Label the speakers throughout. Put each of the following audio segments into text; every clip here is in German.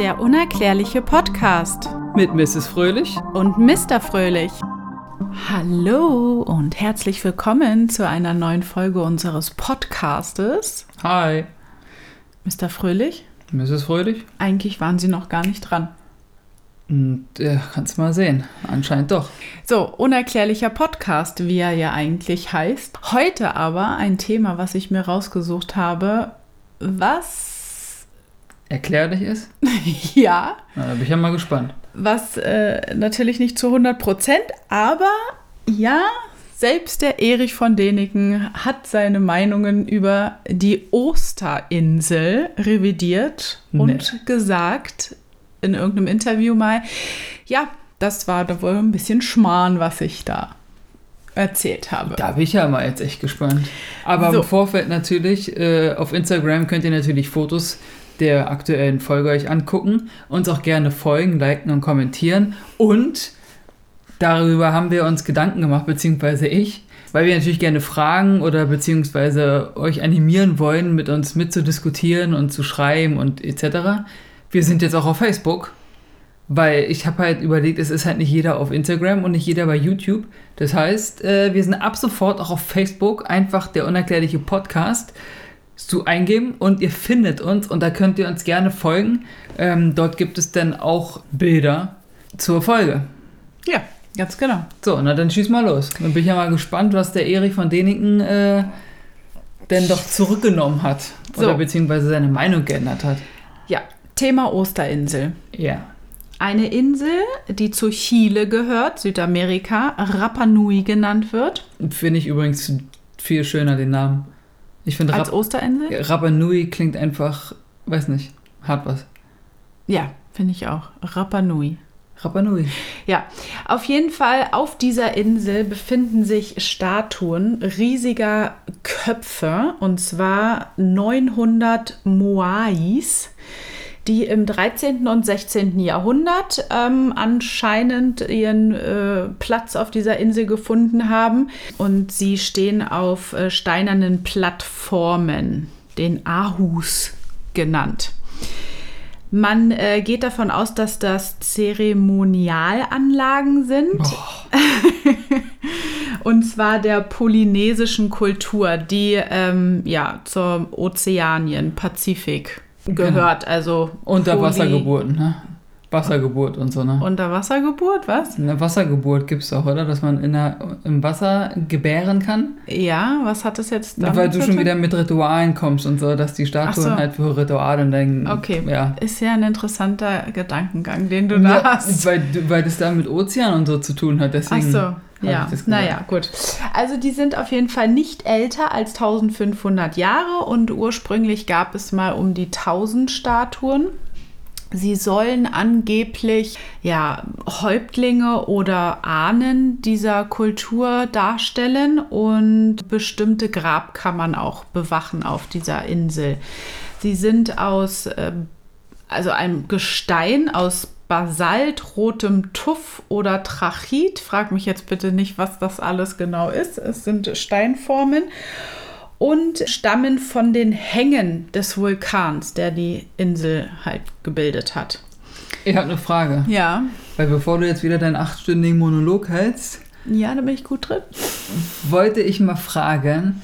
Speaker 1: Der unerklärliche Podcast
Speaker 2: mit Mrs. Fröhlich.
Speaker 1: und Mr. Fröhlich. Hallo und herzlich willkommen zu einer neuen Folge unseres Podcastes.
Speaker 2: Hi,
Speaker 1: Mr. Fröhlich,
Speaker 2: Mrs. Fröhlich.
Speaker 1: eigentlich waren Sie noch gar nicht dran.
Speaker 2: Und äh, kannst mal sehen. Anscheinend doch.
Speaker 1: So, unerklärlicher Podcast, wie er ja eigentlich heißt. Heute aber ein Thema, was ich mir rausgesucht habe, was
Speaker 2: Erklärlich ist.
Speaker 1: ja
Speaker 2: Na, da bin ich ja mal gespannt.
Speaker 1: was äh, natürlich nicht zu 100 Prozent, aber ja, selbst der Erich von Däniken hat seine Meinungen über die Osterinsel revidiert und gesagt in irgendeinem Interview mal, ja, das war doch wohl ein bisschen Schmarrn, was ich da erzählt habe.
Speaker 2: Da bin ich ja mal jetzt echt gespannt. Aber
Speaker 1: So.
Speaker 2: im Vorfeld natürlich, äh, auf Instagram könnt ihr natürlich Fotos der aktuellen Folge euch angucken. Uns auch gerne folgen, liken und kommentieren. Und darüber haben wir uns Gedanken gemacht, beziehungsweise ich. Weil wir natürlich gerne fragen oder beziehungsweise euch animieren wollen, mit uns mitzudiskutieren und zu schreiben und etc. Wir sind jetzt auch auf Facebook. Weil ich habe halt überlegt, es ist halt nicht jeder auf Instagram und nicht jeder bei YouTube. Das heißt, äh, wir sind ab sofort auch auf Facebook, einfach der unerklärliche Podcast zu eingeben und ihr findet uns und da könnt ihr uns gerne folgen. Ähm, dort gibt es dann auch Bilder zur Folge.
Speaker 1: Ja, ganz genau.
Speaker 2: So, na dann schieß mal los. Dann bin ich ja mal gespannt, was der Erich von Däniken äh, denn doch zurückgenommen hat.
Speaker 1: So.
Speaker 2: Oder beziehungsweise seine Meinung geändert hat.
Speaker 1: Ja, Thema Osterinsel.
Speaker 2: Ja.
Speaker 1: Eine Insel, die zu Chile gehört, Südamerika, Rapa Nui genannt wird.
Speaker 2: Finde ich übrigens viel schöner den Namen. Ich finde
Speaker 1: Als Osterinsel?
Speaker 2: Ja, Rapa Nui klingt einfach, weiß nicht, hat was.
Speaker 1: Ja, finde ich auch. Rapa Nui.
Speaker 2: Rapa Nui.
Speaker 1: Ja, auf jeden Fall auf dieser Insel befinden sich Statuen riesiger Köpfe und zwar 900 Moais, die im 13. und 16. Jahrhundert ähm, anscheinend ihren äh, Platz auf dieser Insel gefunden haben und sie stehen auf äh, steinernen Plattformen, den Ahus genannt. Man äh, geht davon aus, dass das Zeremonialanlagen sind.
Speaker 2: Oh.
Speaker 1: Und zwar der polynesischen Kultur, die ähm, ja zur Ozeanien, Pazifik
Speaker 2: Genau.
Speaker 1: gehört. Also
Speaker 2: Unter
Speaker 1: Poly-
Speaker 2: Wassergeburten, ne? Wassergeburt und so, ne?
Speaker 1: Unterwassergeburt, was?
Speaker 2: Eine Wassergeburt gibt's doch, oder? Dass man in der, im Wasser gebären kann?
Speaker 1: Ja, was hat das jetzt damit
Speaker 2: weil du
Speaker 1: zu
Speaker 2: schon
Speaker 1: tun?
Speaker 2: wieder mit Ritualen kommst und so, dass die Statuen
Speaker 1: Ach so.
Speaker 2: halt für Rituale und dann.
Speaker 1: Okay,
Speaker 2: Ja.
Speaker 1: ist ja ein interessanter Gedankengang, den du da
Speaker 2: ja
Speaker 1: hast.
Speaker 2: weil, du- weil das dann mit Ozean und so zu tun hat,
Speaker 1: Ach
Speaker 2: deswegen.
Speaker 1: so,
Speaker 2: ich
Speaker 1: ja.
Speaker 2: das gesagt.
Speaker 1: Naja, gut. Also die sind auf jeden Fall nicht älter als 1500 Jahre und ursprünglich gab es mal um die 1000 Statuen. Sie sollen angeblich ja, Häuptlinge oder Ahnen dieser Kultur darstellen und bestimmte Grabkammern auch bewachen auf dieser Insel. Sie sind aus äh, also einem Gestein aus Basalt, rotem Tuff oder Trachit. Frag mich jetzt bitte nicht, was das alles genau ist. Es sind Steinformen und stammen von den Hängen des Vulkans, der die Insel halt gebildet hat.
Speaker 2: Ich habe eine Frage.
Speaker 1: Ja,
Speaker 2: Weil bevor du jetzt wieder deinen achtstündigen Monolog hältst,
Speaker 1: ja, da bin ich gut drin.
Speaker 2: wollte ich mal fragen,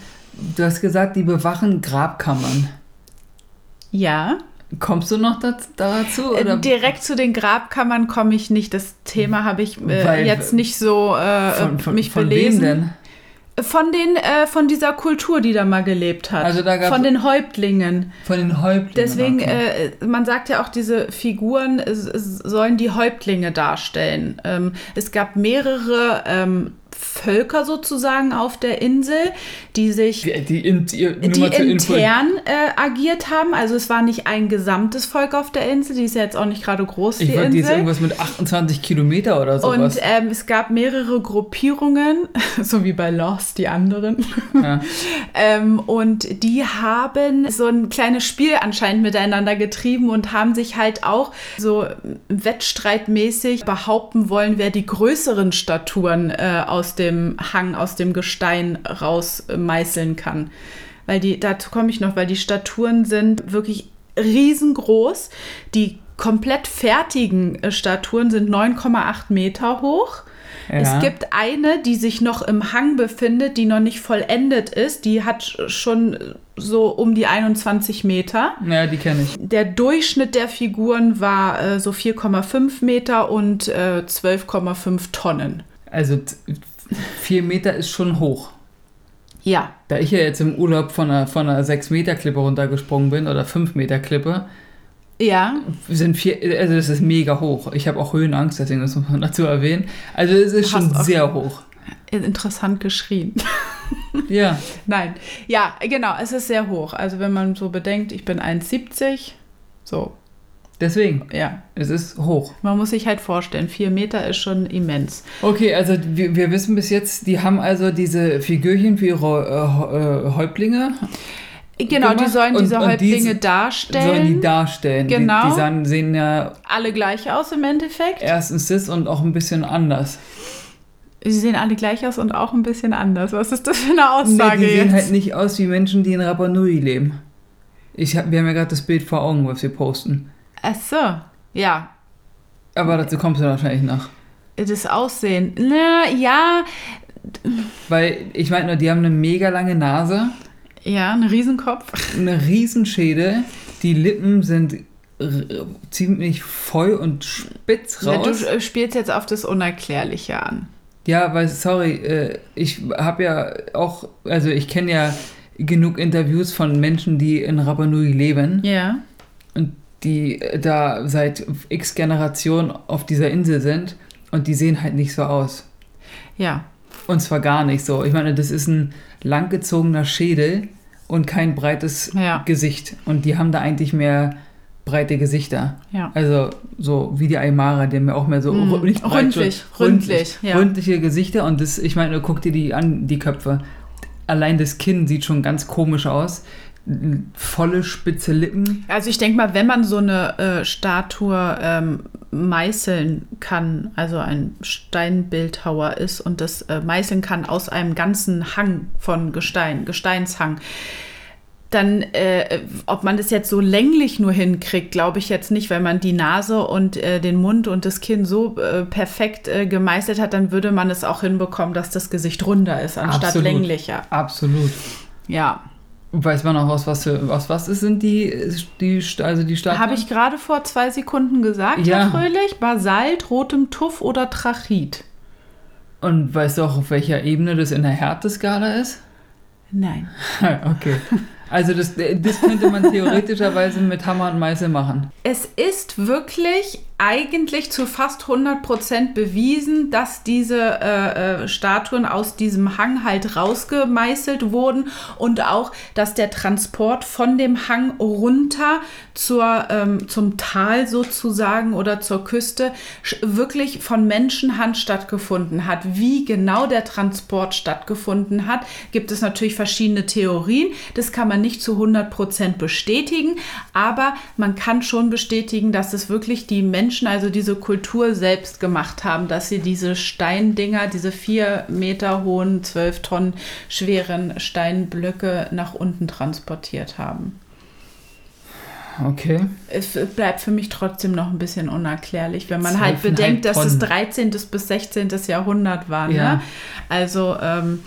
Speaker 2: du hast gesagt, die bewachen Grabkammern.
Speaker 1: Ja, Äh,
Speaker 2: Kommst du noch dazu? dazu oder?
Speaker 1: direkt zu den Grabkammern komme ich nicht. Das Thema habe ich äh,
Speaker 2: Weil-
Speaker 1: jetzt nicht so äh, mich
Speaker 2: von
Speaker 1: belesen.
Speaker 2: Wem denn?
Speaker 1: Von den, äh, von dieser Kultur, die da mal gelebt hat.
Speaker 2: Also da gab's- Genau,
Speaker 1: von den Häuptlingen.
Speaker 2: Von den Häuptlingen.
Speaker 1: Deswegen,
Speaker 2: okay.
Speaker 1: äh, man sagt ja auch, diese Figuren äh, s- sollen die Häuptlinge darstellen. Ähm, es gab mehrere ähm, Völker sozusagen auf der Insel, die sich
Speaker 2: die, die, in, ihr, um nur
Speaker 1: äh, die
Speaker 2: mal zur Info,
Speaker 1: intern äh, agiert haben. Also es war nicht ein gesamtes Volk auf der Insel, die ist ja jetzt auch nicht gerade groß,
Speaker 2: Ich
Speaker 1: die
Speaker 2: wollte jetzt
Speaker 1: Insel.
Speaker 2: irgendwas mit 28 Kilometer oder
Speaker 1: Und
Speaker 2: sowas.
Speaker 1: ähm, es gab mehrere Gruppierungen, so wie bei Lost, die anderen.
Speaker 2: ja.
Speaker 1: Ähm, und die haben so ein kleines Spiel anscheinend miteinander getrieben und haben sich halt auch so wettstreitmäßig behaupten wollen, wer die größeren Staturen äh, aus dem Hang, aus dem Gestein rausmeißeln kann. Weil die, dazu komme ich noch, weil die Statuen sind wirklich riesengroß. Die komplett fertigen äh, Statuen sind 9,8 Meter hoch.
Speaker 2: Ja.
Speaker 1: Es gibt eine, die sich noch im Hang befindet, die noch nicht vollendet ist. Die hat sch- schon so um die 21 Meter.
Speaker 2: Ja, die kenne ich.
Speaker 1: Der Durchschnitt der Figuren war äh, so 4,5 Meter und äh, 12,5 Tonnen.
Speaker 2: Also t- vier Meter ist schon hoch.
Speaker 1: Ja,
Speaker 2: Da ich ja jetzt im Urlaub von einer, von einer 6-Meter-Klippe runtergesprungen bin oder 5-Meter-Klippe,
Speaker 1: ja,
Speaker 2: sind vier, also das ist mega hoch. Ich habe auch Höhenangst, deswegen das muss man dazu erwähnen. Also es ist
Speaker 1: Passt
Speaker 2: schon
Speaker 1: auf.
Speaker 2: sehr hoch.
Speaker 1: interessant geschrien.
Speaker 2: Ja,
Speaker 1: Nein, ja, genau, es ist sehr hoch. Also wenn man so bedenkt, ich bin 1,70, so,
Speaker 2: deswegen,
Speaker 1: ja.
Speaker 2: es ist hoch.
Speaker 1: Man muss sich halt vorstellen, 4 Meter ist schon immens.
Speaker 2: Okay, also wir, wir wissen bis jetzt, die haben also diese Figürchen für ihre äh, äh, Häuptlinge,
Speaker 1: Genau, die
Speaker 2: Gemacht
Speaker 1: sollen
Speaker 2: und-
Speaker 1: diese
Speaker 2: und die
Speaker 1: Häuptlinge
Speaker 2: sollen die
Speaker 1: darstellen.
Speaker 2: darstellen. Die,
Speaker 1: Genau.
Speaker 2: die sahen, sehen ja
Speaker 1: alle gleich aus im Endeffekt.
Speaker 2: erstens das und auch ein bisschen anders.
Speaker 1: Sie sehen alle gleich aus und auch ein bisschen anders. Was ist das für eine Aussage
Speaker 2: die sehen
Speaker 1: jetzt?
Speaker 2: halt nicht aus wie Menschen, die in Rapa Nui leben. Ich hab, wir haben ja gerade das Bild vor Augen, was wir posten.
Speaker 1: Ach so, ja.
Speaker 2: Aber dazu kommst du wahrscheinlich noch.
Speaker 1: Das Aussehen. Na, ja,
Speaker 2: Weil ich meine nur, die haben eine mega lange Nase,
Speaker 1: ja, ein Riesenkopf.
Speaker 2: eine riesen Schädel, die Lippen sind r- ziemlich voll und spitz
Speaker 1: Du
Speaker 2: raus.
Speaker 1: äh, spielst jetzt auf das Unerklärliche an.
Speaker 2: Ja, weil, sorry, äh, ich habe ja auch, also ich kenne ja genug Interviews von Menschen, die in Rapa Nui leben,
Speaker 1: Ja.
Speaker 2: die äh, da seit x Generationen auf dieser Insel sind und die sehen halt nicht so aus.
Speaker 1: Ja.
Speaker 2: Und zwar gar nicht so. Ich meine, das ist ein langgezogener Schädel und kein breites
Speaker 1: Ja.
Speaker 2: Gesicht. Und die haben da eigentlich mehr breite Gesichter.
Speaker 1: Ja.
Speaker 2: Also so wie die Aymara, die haben ja auch mehr so
Speaker 1: Mhm.
Speaker 2: ru- nicht breit,
Speaker 1: Rundlich,
Speaker 2: sondern
Speaker 1: rundlich, ja.
Speaker 2: rundliche Gesichter. Und das, ich meine, guck dir die an, die Köpfe. Allein das Kinn sieht schon ganz komisch aus. Volle spitze Lippen.
Speaker 1: Also ich denke mal, wenn man so eine äh, Statue ähm, meißeln kann, also ein Steinbildhauer ist und das äh, meißeln kann aus einem ganzen Hang von Gestein, Gesteinshang, dann, äh, ob man das jetzt so länglich nur hinkriegt, glaube ich jetzt nicht, wenn man die Nase und äh, den Mund und das Kinn so äh, perfekt äh, gemeißelt hat, dann würde man es auch hinbekommen, dass das Gesicht runder ist, anstatt
Speaker 2: Absolut.
Speaker 1: länglicher.
Speaker 2: Absolut.
Speaker 1: Ja.
Speaker 2: Weiß man auch, aus was, für, aus was ist, sind die, die, also die Statuen?
Speaker 1: Habe ich gerade vor zwei Sekunden gesagt,
Speaker 2: Ja.
Speaker 1: Herr Fröhlich? Basalt, rotem Tuff oder Trachit?
Speaker 2: Und weißt du auch, auf welcher Ebene das in der Härteskala ist?
Speaker 1: Nein.
Speaker 2: okay. Also das, das könnte man theoretischerweise mit Hammer und Meißel machen.
Speaker 1: Es ist wirklich eigentlich zu fast 100% bewiesen, dass diese äh, äh, Statuen aus diesem Hang halt rausgemeißelt wurden und auch, dass der Transport von dem Hang runter zur, ähm, zum Tal sozusagen oder zur Küste sch- wirklich von Menschenhand stattgefunden hat. Wie genau der Transport stattgefunden hat, gibt es natürlich verschiedene Theorien. Das kann man nicht zu 100% bestätigen, aber man kann schon bestätigen, dass es wirklich die Menschen, also diese Kultur selbst gemacht haben, dass sie diese Steindinger, diese vier Meter hohen, zwölf Tonnen schweren Steinblöcke nach unten transportiert haben.
Speaker 2: Okay.
Speaker 1: Es bleibt für mich trotzdem noch ein bisschen unerklärlich, wenn man halt
Speaker 2: 12,5
Speaker 1: bedenkt, dass es
Speaker 2: Tonnen.
Speaker 1: 13. bis 16. Jahrhundert war.
Speaker 2: Ja.
Speaker 1: Ne? Also ähm,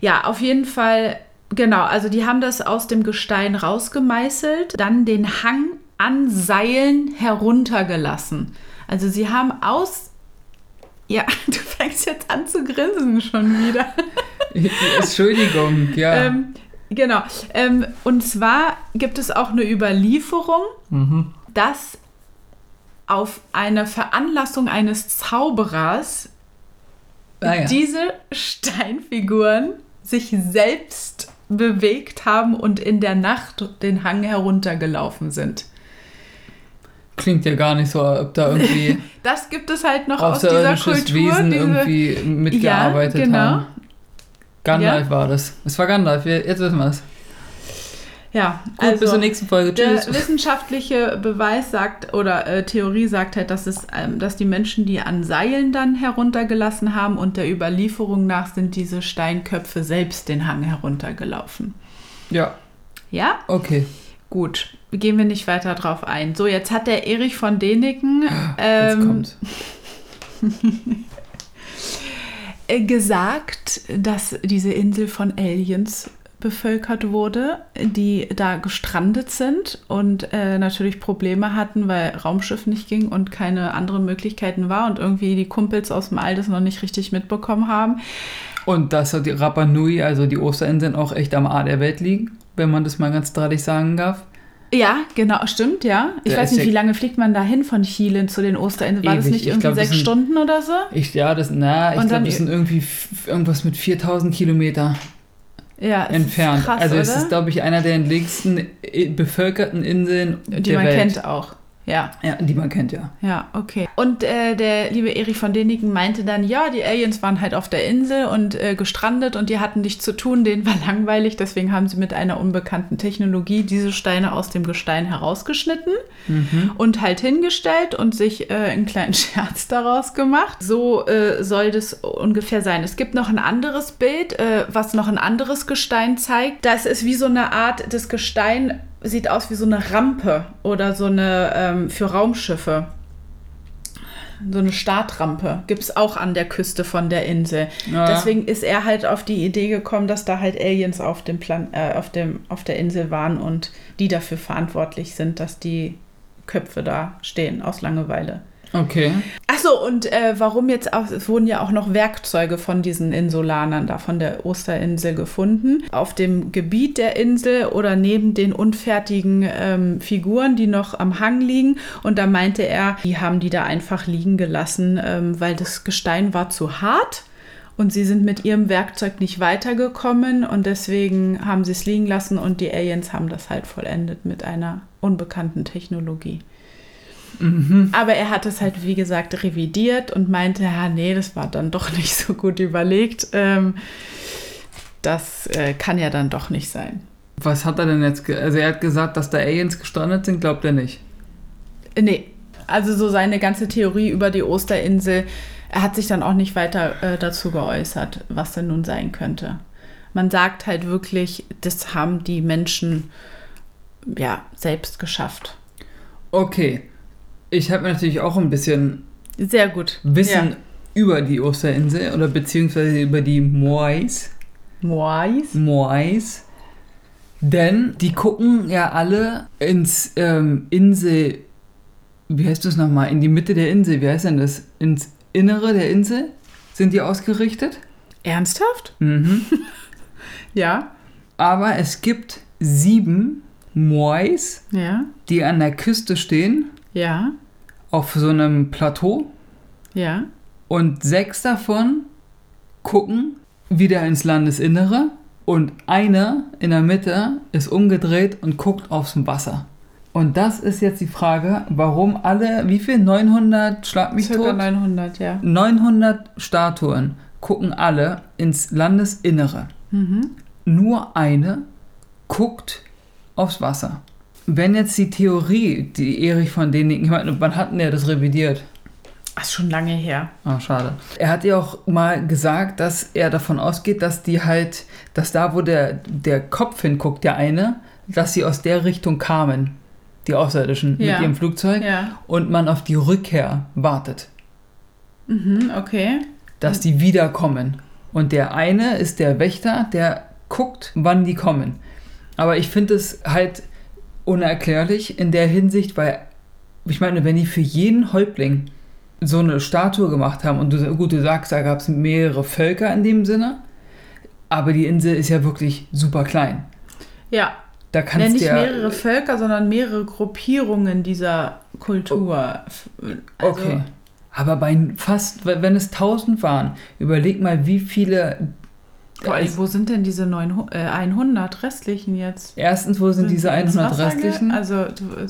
Speaker 1: ja, auf jeden Fall, genau, also die haben das aus dem Gestein rausgemeißelt, dann den Hang an Seilen heruntergelassen. Also sie haben aus... Ja, du fängst jetzt an zu grinsen schon wieder.
Speaker 2: Entschuldigung, ja.
Speaker 1: Ähm, genau. Ähm, und zwar gibt es auch eine Überlieferung,
Speaker 2: Mhm.
Speaker 1: dass auf eine Veranlassung eines Zauberers
Speaker 2: ah, ja.
Speaker 1: diese Steinfiguren sich selbst bewegt haben und in der Nacht den Hang heruntergelaufen sind.
Speaker 2: Klingt ja gar nicht so, ob da irgendwie
Speaker 1: Das gibt es halt noch aus dieser
Speaker 2: außerirdisches
Speaker 1: Kultur.
Speaker 2: Wesen
Speaker 1: diese,
Speaker 2: irgendwie mitgearbeitet
Speaker 1: Ja, genau.
Speaker 2: haben. Gandalf war das. Es war Gandalf, wir- jetzt wissen wir es.
Speaker 1: Ja,
Speaker 2: Gut, bis zur nächsten Folge. Tschüss.
Speaker 1: Also, Der wissenschaftliche Beweis sagt oder äh, Theorie sagt halt, dass, es, ähm, dass die Menschen die an Seilen dann heruntergelassen haben und der Überlieferung nach sind diese Steinköpfe selbst den Hang heruntergelaufen.
Speaker 2: Ja,
Speaker 1: Ja,
Speaker 2: okay.
Speaker 1: Gut, gehen wir nicht weiter drauf ein. So, jetzt hat der Erich von Deniken
Speaker 2: Jetzt
Speaker 1: ähm,
Speaker 2: kommt.
Speaker 1: äh, gesagt, dass diese Insel von Aliens bevölkert wurde, die da gestrandet sind und äh, natürlich Probleme hatten, weil Raumschiff nicht ging und keine anderen Möglichkeiten war und irgendwie die Kumpels aus dem All das noch nicht richtig mitbekommen haben.
Speaker 2: Und dass die Rapa Nui, also die Osterinseln, auch echt am A der Welt liegen, wenn man das mal ganz drahtig sagen darf.
Speaker 1: Ja, genau, stimmt, ja. Ich
Speaker 2: Ja,
Speaker 1: weiß
Speaker 2: ist
Speaker 1: nicht,
Speaker 2: ja-
Speaker 1: wie lange fliegt man dahin von Chile zu den Osterinseln? War das
Speaker 2: Ewig.
Speaker 1: nicht
Speaker 2: Ich
Speaker 1: irgendwie
Speaker 2: glaub, das
Speaker 1: sechs
Speaker 2: sind-
Speaker 1: Stunden oder so?
Speaker 2: Ich, ja, das, na, ich
Speaker 1: Und dann-
Speaker 2: glaube, das sind irgendwie f- irgendwas mit 4000 Kilometer
Speaker 1: Ja, es
Speaker 2: entfernt.
Speaker 1: Ist krass,
Speaker 2: also,
Speaker 1: oder?
Speaker 2: es ist, glaube ich, einer der entlegensten i- bevölkerten Inseln
Speaker 1: die
Speaker 2: der
Speaker 1: man
Speaker 2: Welt.
Speaker 1: kennt auch. Ja.
Speaker 2: Ja, die man kennt, ja.
Speaker 1: Ja, okay. Und äh, der liebe Erich von Deniken meinte dann, ja, die Aliens waren halt auf der Insel und äh, gestrandet und die hatten nichts zu tun, denen war langweilig, deswegen haben sie mit einer unbekannten Technologie diese Steine aus dem Gestein herausgeschnitten und halt hingestellt und sich äh, einen kleinen Scherz daraus gemacht. So äh, soll das ungefähr sein. Es gibt noch ein anderes Bild, äh, was noch ein anderes Gestein zeigt. Das ist wie so eine Art, das Gestein sieht aus wie so eine Rampe oder so eine ähm, für Raumschiffe. So eine Startrampe gibt es auch an der Küste von der Insel.
Speaker 2: Ja.
Speaker 1: Deswegen ist er halt auf die Idee gekommen, dass da halt Aliens auf, dem Plan äh, auf, dem, auf der Insel waren und die dafür verantwortlich sind, dass die Köpfe da stehen aus Langeweile.
Speaker 2: Okay.
Speaker 1: Achso, und äh, warum jetzt auch, es wurden ja auch noch Werkzeuge von diesen Insulanern da von der Osterinsel gefunden. Auf dem Gebiet der Insel oder neben den unfertigen ähm, Figuren, die noch am Hang liegen. Und da meinte er, die haben die da einfach liegen gelassen, ähm, weil das Gestein war zu hart. Und sie sind mit ihrem Werkzeug nicht weitergekommen und deswegen haben sie es liegen lassen und die Aliens haben das halt vollendet mit einer unbekannten Technologie. Aber er hat es halt, wie gesagt, revidiert und meinte, ja, nee, das war dann doch nicht so gut überlegt. Ähm, das äh, kann ja dann doch nicht sein.
Speaker 2: Was hat er denn jetzt? Ge also, er hat gesagt, dass da Aliens gestrandet sind, glaubt er nicht.
Speaker 1: Äh, Nee, also so seine ganze Theorie über die Osterinsel, er hat sich dann auch nicht weiter äh, dazu geäußert, was denn nun sein könnte. Man sagt halt wirklich, das haben die Menschen ja selbst geschafft.
Speaker 2: Okay. Ich habe natürlich auch ein bisschen
Speaker 1: Sehr gut.
Speaker 2: Wissen über die Osterinsel oder beziehungsweise über die Moais.
Speaker 1: Ja. Moais?
Speaker 2: Moais. Denn die gucken ja alle ins ähm, Insel. Wie heißt das nochmal? In die Mitte der Insel. Wie heißt denn das? Ins Innere der Insel sind die ausgerichtet.
Speaker 1: Ernsthaft?
Speaker 2: Mhm.
Speaker 1: Ja.
Speaker 2: Aber es gibt sieben Moais,
Speaker 1: Ja.
Speaker 2: die an der Küste stehen,
Speaker 1: Ja.
Speaker 2: auf so einem Plateau.
Speaker 1: Ja.
Speaker 2: Und sechs davon gucken wieder ins Landesinnere und einer in der Mitte ist umgedreht und guckt aufs Wasser. Und das ist jetzt die Frage, warum alle, wie viel? 900, schlag mich
Speaker 1: Circa
Speaker 2: tot?
Speaker 1: 900, ja.
Speaker 2: 900 Statuen gucken alle ins Landesinnere. Nur eine guckt aufs Wasser. Wenn jetzt die Theorie, die Erich von Däniken, ich meine, wann hat denn der das revidiert?
Speaker 1: Das ist schon lange her.
Speaker 2: Ah, schade. Er hat ja auch mal gesagt, dass er davon ausgeht, dass die halt, dass da, wo der, der Kopf hinguckt, der eine, dass sie aus der Richtung kamen, die Außerirdischen,
Speaker 1: Ja.
Speaker 2: mit ihrem Flugzeug,
Speaker 1: Ja.
Speaker 2: und man auf die Rückkehr wartet,
Speaker 1: Mhm, okay.
Speaker 2: dass die wiederkommen. Und der eine ist der Wächter, der guckt, wann die kommen. Aber ich finde es halt unerklärlich in der Hinsicht, weil ich meine, wenn die für jeden Häuptling so eine Statue gemacht haben und du, gut, du sagst, da gab es mehrere Völker in dem Sinne, aber die Insel ist ja wirklich super klein.
Speaker 1: Ja.
Speaker 2: Da
Speaker 1: Ja,
Speaker 2: kannst du
Speaker 1: nicht
Speaker 2: ja.
Speaker 1: mehrere Völker, sondern mehrere Gruppierungen dieser Kultur. Also,
Speaker 2: Oh. okay. Aber bei fast, wenn es 1000 waren, überleg mal, wie viele.
Speaker 1: Vor allem, also, wo sind denn diese 900, äh, 100 restlichen jetzt?
Speaker 2: Erstens, wo sind diese
Speaker 1: die ins
Speaker 2: 100
Speaker 1: Wasser ge-
Speaker 2: restlichen?
Speaker 1: Also, du-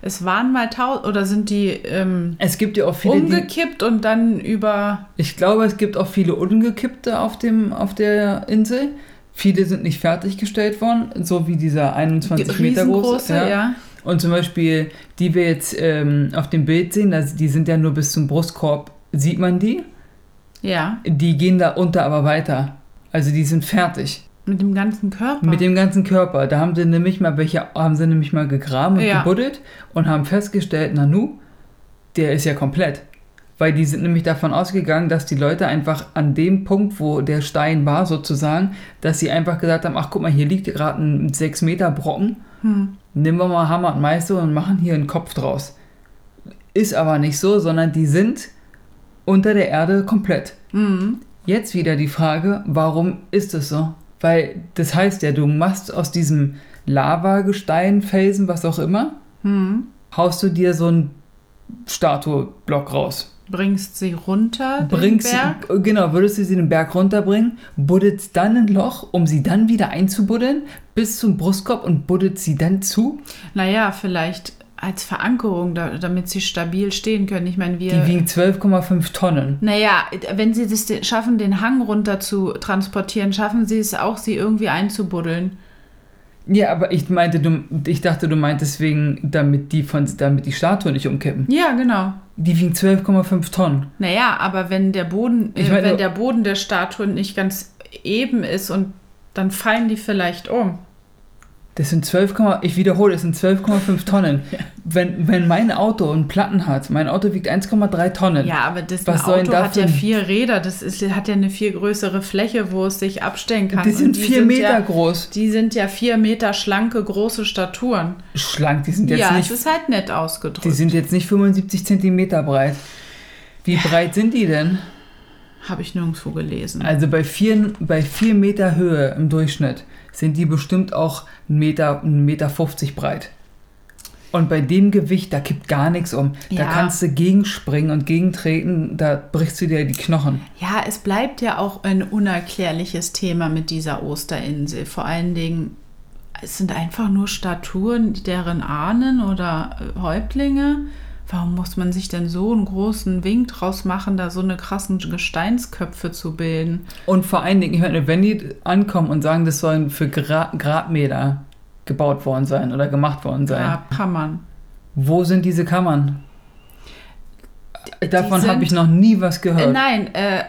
Speaker 1: es waren mal 1000 oder sind die ähm,
Speaker 2: Es gibt ja auch viele, die,
Speaker 1: umgekippt und dann über.
Speaker 2: ich glaube, es gibt auch viele Ungekippte auf, dem, auf der Insel. Viele sind nicht fertiggestellt worden, so wie dieser 21 Meter große.
Speaker 1: riesengroße, ja.
Speaker 2: Und zum Beispiel, die wir jetzt ähm, auf dem Bild sehen, das, die sind ja nur bis zum Brustkorb, sieht man die.
Speaker 1: Ja.
Speaker 2: Die gehen da unter aber weiter. Also die sind fertig.
Speaker 1: Mit dem ganzen Körper.
Speaker 2: Mit dem ganzen Körper. Da haben sie nämlich mal welche, haben sie nämlich mal gegraben und
Speaker 1: Ja.
Speaker 2: gebuddelt und haben festgestellt, Nanu, der ist ja komplett. Weil die sind nämlich davon ausgegangen, dass die Leute einfach an dem Punkt, wo der Stein war, sozusagen, dass sie einfach gesagt haben, ach guck mal, hier liegt gerade ein 6 Meter Brocken,
Speaker 1: Hm.
Speaker 2: nehmen wir mal Hammer und Meißel und machen hier einen Kopf draus. Ist aber nicht so, sondern die sind unter der Erde komplett.
Speaker 1: Mhm.
Speaker 2: Jetzt wieder die Frage, warum ist es so? Weil das heißt ja, du machst aus diesem Lavagestein, Felsen, was auch immer,
Speaker 1: Hm.
Speaker 2: haust du dir so einen Statueblock raus.
Speaker 1: Bringst sie runter. den
Speaker 2: Bringst
Speaker 1: Berg.
Speaker 2: sie, genau, würdest du sie den Berg runterbringen, buddelst dann ein Loch, um sie dann wieder einzubuddeln, bis zum Brustkorb und buddelt sie dann zu.
Speaker 1: Naja, vielleicht als Verankerung, da, damit sie stabil stehen können. Ich meine, wir.
Speaker 2: Die wiegen 12,5 Tonnen.
Speaker 1: Naja, wenn sie das de- schaffen, den Hang runter zu transportieren, schaffen sie es auch, sie irgendwie einzubuddeln.
Speaker 2: Ja, aber ich meinte, du, ich dachte, du meintest wegen, damit die von, damit die Statue nicht umkippen.
Speaker 1: Ja, genau.
Speaker 2: Die wiegen 12,5 Tonnen.
Speaker 1: Naja, aber wenn der Boden,
Speaker 2: Ich
Speaker 1: äh,
Speaker 2: meine-
Speaker 1: wenn der Boden der Statue nicht ganz eben ist und dann fallen die vielleicht um.
Speaker 2: Das sind 12, Komma- ich wiederhole, das sind 12,5 Tonnen. Wenn, wenn mein Auto einen Platten hat, mein Auto wiegt 1,3 Tonnen.
Speaker 1: Ja, aber das
Speaker 2: Was
Speaker 1: ein
Speaker 2: sollen
Speaker 1: Auto
Speaker 2: da
Speaker 1: hat
Speaker 2: für
Speaker 1: ja
Speaker 2: ein-
Speaker 1: vier Räder, das ist, hat ja eine viel größere Fläche, wo es sich abstellen kann.
Speaker 2: die
Speaker 1: Und
Speaker 2: sind 4 Meter
Speaker 1: Ja,
Speaker 2: groß.
Speaker 1: die sind ja vier Meter schlanke, große Staturen.
Speaker 2: Schlank, die sind jetzt
Speaker 1: ja, es
Speaker 2: nicht,
Speaker 1: ist halt nett ausgedrückt.
Speaker 2: die sind jetzt nicht 75 Zentimeter breit. Wie breit sind die denn?
Speaker 1: Habe ich nirgendwo gelesen.
Speaker 2: Also bei 4 bei vier Meter Höhe im Durchschnitt sind die bestimmt auch 1 Meter, 1,50 Meter 50 breit. Und bei dem Gewicht, da kippt gar nichts um. Da
Speaker 1: Ja.
Speaker 2: kannst du gegenspringen und gegentreten, da brichst du dir die Knochen.
Speaker 1: Ja, es bleibt ja auch ein unerklärliches Thema mit dieser Osterinsel. Vor allen Dingen, es sind einfach nur Statuen, deren Ahnen oder äh, Häuptlinge. Warum muss man sich denn so einen großen Wink draus machen, da so eine krassen Gesteinsköpfe zu bilden?
Speaker 2: Und vor allen Dingen, ich meine, wenn die ankommen und sagen, das sollen für Gra Grabmäler gebaut worden sein oder gemacht worden sein,
Speaker 1: Ja, Kammern.
Speaker 2: wo sind diese Kammern? Davon
Speaker 1: sind-
Speaker 2: habe ich noch nie was
Speaker 1: Äh,
Speaker 2: gehört.
Speaker 1: nein, äh,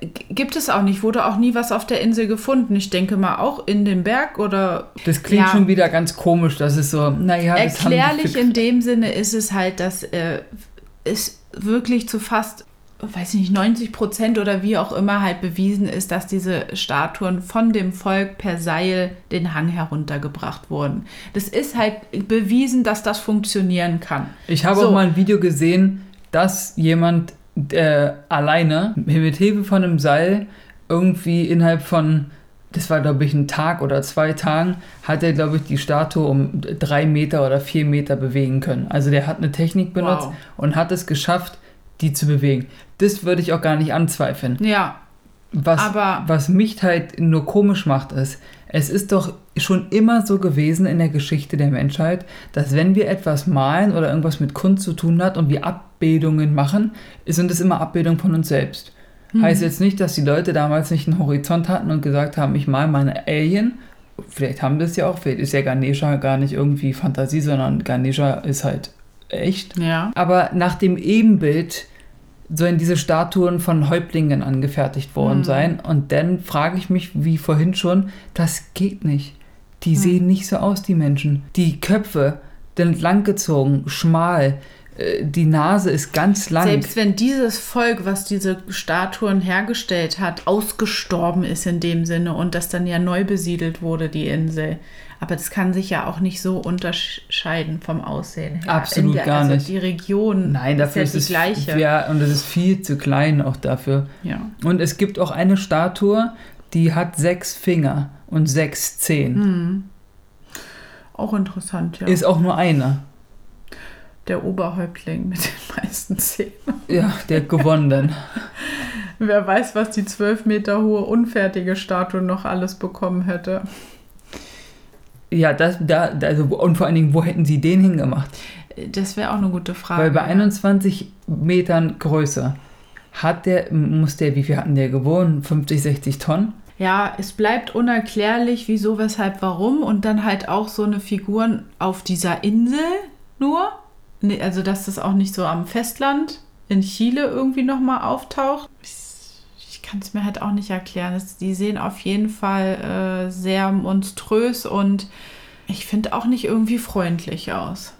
Speaker 1: g- gibt es auch nicht. Wurde auch nie was auf der Insel gefunden. Ich denke mal auch in dem Berg oder
Speaker 2: das klingt
Speaker 1: ja.
Speaker 2: schon wieder ganz komisch, dass es so, naja, das haben die
Speaker 1: Erklärlich
Speaker 2: für-
Speaker 1: in dem Sinne ist es halt, dass äh, es wirklich zu fast, weiß ich nicht, 90 Prozent oder wie auch immer halt bewiesen ist, dass diese Statuen von dem Volk per Seil den Hang heruntergebracht wurden. Das ist halt bewiesen, dass das funktionieren kann.
Speaker 2: Ich habe
Speaker 1: So.
Speaker 2: auch mal ein Video gesehen, dass jemand äh, alleine mit Hilfe von einem Seil irgendwie innerhalb von, das war glaube ich ein Tag oder zwei Tagen, hat er glaube ich die Statue um drei Meter oder vier Meter bewegen können. Also der hat eine Technik benutzt
Speaker 1: Wow.
Speaker 2: und hat es geschafft, die zu bewegen. Das würde ich auch gar nicht anzweifeln.
Speaker 1: Ja,
Speaker 2: Was,
Speaker 1: Aber-
Speaker 2: was mich halt nur komisch macht, ist, es ist doch schon immer so gewesen in der Geschichte der Menschheit, dass wenn wir etwas malen oder irgendwas mit Kunst zu tun hat und wir Abbildungen machen, sind es immer Abbildungen von uns selbst. Heißt jetzt nicht, dass die Leute damals nicht einen Horizont hatten und gesagt haben, ich male meine Alien. Vielleicht haben das ja auch, vielleicht ist ja Ganesha gar nicht irgendwie Fantasie, sondern Ganesha ist halt echt.
Speaker 1: ja.
Speaker 2: Aber nach dem Ebenbild sollen diese Statuen von Häuptlingen angefertigt worden
Speaker 1: Hm.
Speaker 2: sein. Und dann frage ich mich, wie vorhin schon, das geht nicht. Die
Speaker 1: Hm.
Speaker 2: sehen nicht so aus, die Menschen. Die Köpfe sind langgezogen, schmal. äh, Die Nase ist ganz lang.
Speaker 1: Selbst wenn dieses Volk, was diese Statuen hergestellt hat, ausgestorben ist in dem Sinne und das dann ja neu besiedelt wurde, die Insel. Aber das kann sich ja auch nicht so unterscheiden vom Aussehen her.
Speaker 2: Absolut
Speaker 1: in der,
Speaker 2: gar
Speaker 1: also
Speaker 2: nicht.
Speaker 1: Die Region
Speaker 2: Nein, dafür ist,
Speaker 1: ist ja die
Speaker 2: es
Speaker 1: gleiche.
Speaker 2: ja und es ist viel zu klein auch dafür.
Speaker 1: Ja.
Speaker 2: Und es gibt auch eine Statue, die hat sechs Finger und sechs
Speaker 1: Hm.
Speaker 2: Zehen.
Speaker 1: Auch interessant, ja.
Speaker 2: Ist auch nur eine.
Speaker 1: der Oberhäuptling mit den meisten Zähnen.
Speaker 2: Ja, der hat gewonnen dann.
Speaker 1: Wer weiß, was die zwölf Meter hohe unfertige Statue noch alles bekommen hätte.
Speaker 2: Ja, das, da, da- also, und vor allen Dingen, wo hätten sie den hingemacht?
Speaker 1: Das wäre auch eine gute Frage.
Speaker 2: Weil bei
Speaker 1: ja.
Speaker 2: 21 Metern Größe hat der, muss der, wie viel hatten der gewonnen? 50, 60 Tonnen?
Speaker 1: Ja, es bleibt unerklärlich, wieso, weshalb, warum. Und dann halt auch so eine Figuren auf dieser Insel nur. Nee, also, dass das auch nicht so am Festland in Chile irgendwie nochmal auftaucht. Ich, ich kann es mir halt auch nicht erklären. Es, die sehen auf jeden Fall äh, sehr monströs und ich finde auch nicht irgendwie freundlich aus.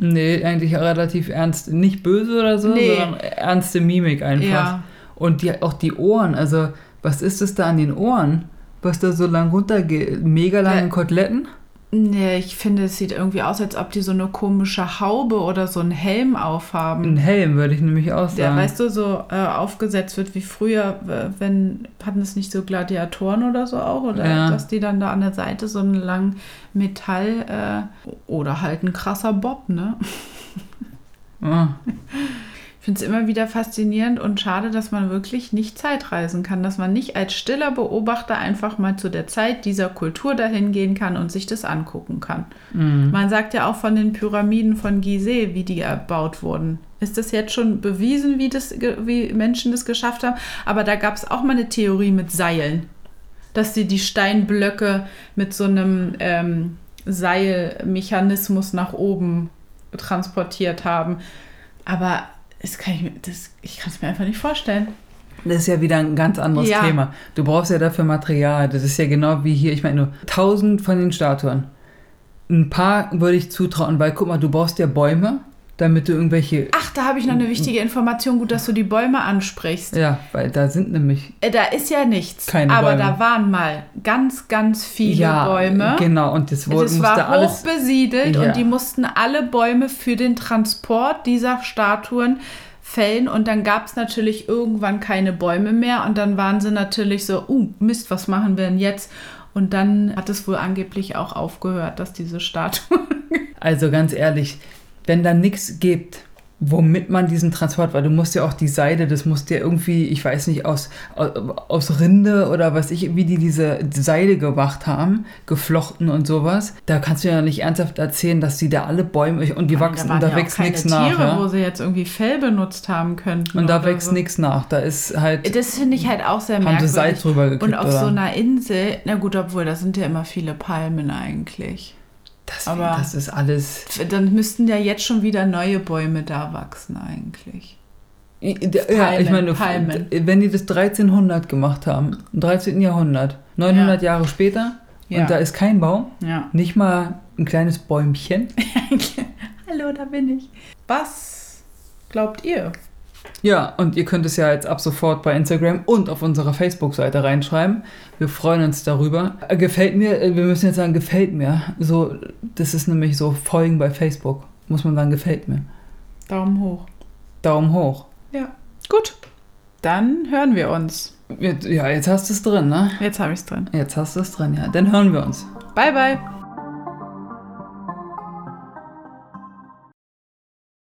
Speaker 2: Nee, eigentlich relativ ernst. Nicht böse oder so,
Speaker 1: Nee.
Speaker 2: sondern ernste Mimik einfach.
Speaker 1: Ja.
Speaker 2: Und die, auch die Ohren, also was ist es da an den Ohren, was da so lang runtergeht? Mega lange
Speaker 1: Ja.
Speaker 2: Koteletten?
Speaker 1: Nee, ich finde, es sieht irgendwie aus, als ob die so eine komische Haube oder so einen Helm aufhaben.
Speaker 2: Ein Helm würde ich nämlich auch
Speaker 1: Der,
Speaker 2: sagen.
Speaker 1: weißt du, so äh, aufgesetzt wird wie früher, äh, wenn, hatten es nicht so Gladiatoren oder so auch, oder
Speaker 2: Ja.
Speaker 1: dass die dann da an der Seite so einen langen Metall äh, oder halt ein krasser Bob, ne?
Speaker 2: Ah.
Speaker 1: Ich finde es immer wieder faszinierend und schade, dass man wirklich nicht Zeitreisen kann, dass man nicht als stiller Beobachter einfach mal zu der Zeit dieser Kultur dahin gehen kann und sich das angucken kann.
Speaker 2: Mhm.
Speaker 1: Man sagt ja auch von den Pyramiden von Gizeh, wie die erbaut wurden. Ist das jetzt schon bewiesen, wie, das, ge- wie Menschen das geschafft haben? Aber da gab es auch mal eine Theorie mit Seilen, dass sie die Steinblöcke mit so einem ähm, Seilmechanismus nach oben transportiert haben. Aber das kann ich, mir- das, ich kann es mir einfach nicht vorstellen.
Speaker 2: Das ist ja wieder ein ganz anderes
Speaker 1: Ja.
Speaker 2: Thema. Du brauchst ja dafür Material. Das ist ja genau wie hier. Ich meine, nur tausend von den Statuen. Ein paar würde ich zutrauen, weil guck mal, du brauchst ja Bäume, damit du irgendwelche.
Speaker 1: Ach, da habe ich noch eine wichtige Information. Gut, dass du die Bäume ansprichst.
Speaker 2: Ja, weil da sind nämlich.
Speaker 1: Äh, Da ist ja nichts.
Speaker 2: Keine
Speaker 1: aber
Speaker 2: Bäume.
Speaker 1: da waren mal ganz, ganz viele
Speaker 2: ja,
Speaker 1: Bäume.
Speaker 2: Genau, und das wurde,
Speaker 1: Es
Speaker 2: musste
Speaker 1: war
Speaker 2: alles.
Speaker 1: hochbesiedelt
Speaker 2: Ja.
Speaker 1: und die mussten alle Bäume für den Transport dieser Statuen fällen und dann gab es natürlich irgendwann keine Bäume mehr und dann waren sie natürlich so, uh, Mist, was machen wir denn jetzt? Und dann hat es wohl angeblich auch aufgehört, dass diese Statuen.
Speaker 2: Also ganz ehrlich, wenn da nichts gibt, womit man diesen Transport, weil du musst ja auch die Seide, das musst ja irgendwie, ich weiß nicht, aus, aus, aus Rinde oder was ich, wie die diese Seide gemacht haben, geflochten und sowas, da kannst du ja nicht ernsthaft erzählen, dass die da alle Bäume und die wachsen
Speaker 1: da waren
Speaker 2: und da
Speaker 1: ja auch
Speaker 2: wächst
Speaker 1: keine
Speaker 2: nichts
Speaker 1: Tiere,
Speaker 2: nach.
Speaker 1: wo
Speaker 2: Ja?
Speaker 1: sie jetzt irgendwie Fell benutzt haben könnten.
Speaker 2: Und da
Speaker 1: oder
Speaker 2: wächst
Speaker 1: so.
Speaker 2: nichts nach. Da ist halt,
Speaker 1: Das finde ich halt auch sehr
Speaker 2: haben sie Seid
Speaker 1: merkwürdig.
Speaker 2: drüber gekippt.
Speaker 1: Und auf
Speaker 2: oder?
Speaker 1: so einer Insel, na gut, obwohl, da sind ja immer viele Palmen eigentlich.
Speaker 2: das,
Speaker 1: aber-
Speaker 2: das ist alles.
Speaker 1: Dann müssten ja jetzt schon wieder neue Bäume da wachsen eigentlich.
Speaker 2: ja, ich
Speaker 1: Palmen,
Speaker 2: meine,
Speaker 1: Palmen.
Speaker 2: wenn die das 1300 gemacht haben, im 13. Jahrhundert, 900 Jahre später,
Speaker 1: Ja.
Speaker 2: und da ist kein Baum,
Speaker 1: Ja.
Speaker 2: nicht mal ein kleines Bäumchen.
Speaker 1: Hallo, da bin ich. Was glaubt ihr?
Speaker 2: Ja, und ihr könnt es ja jetzt ab sofort bei Instagram und auf unserer Facebook-Seite reinschreiben. Wir freuen uns darüber. Äh, Gefällt mir, äh, wir müssen jetzt sagen, gefällt mir. So, das ist nämlich so Folgen bei Facebook. Muss man sagen, gefällt mir.
Speaker 1: Daumen hoch.
Speaker 2: Daumen hoch.
Speaker 1: Ja. Gut. Dann hören wir uns.
Speaker 2: Jetzt- Ja, jetzt hast du es drin, ne?
Speaker 1: Jetzt habe ich es drin.
Speaker 2: Jetzt hast du es drin, ja. Dann hören wir uns.
Speaker 1: Bye, bye.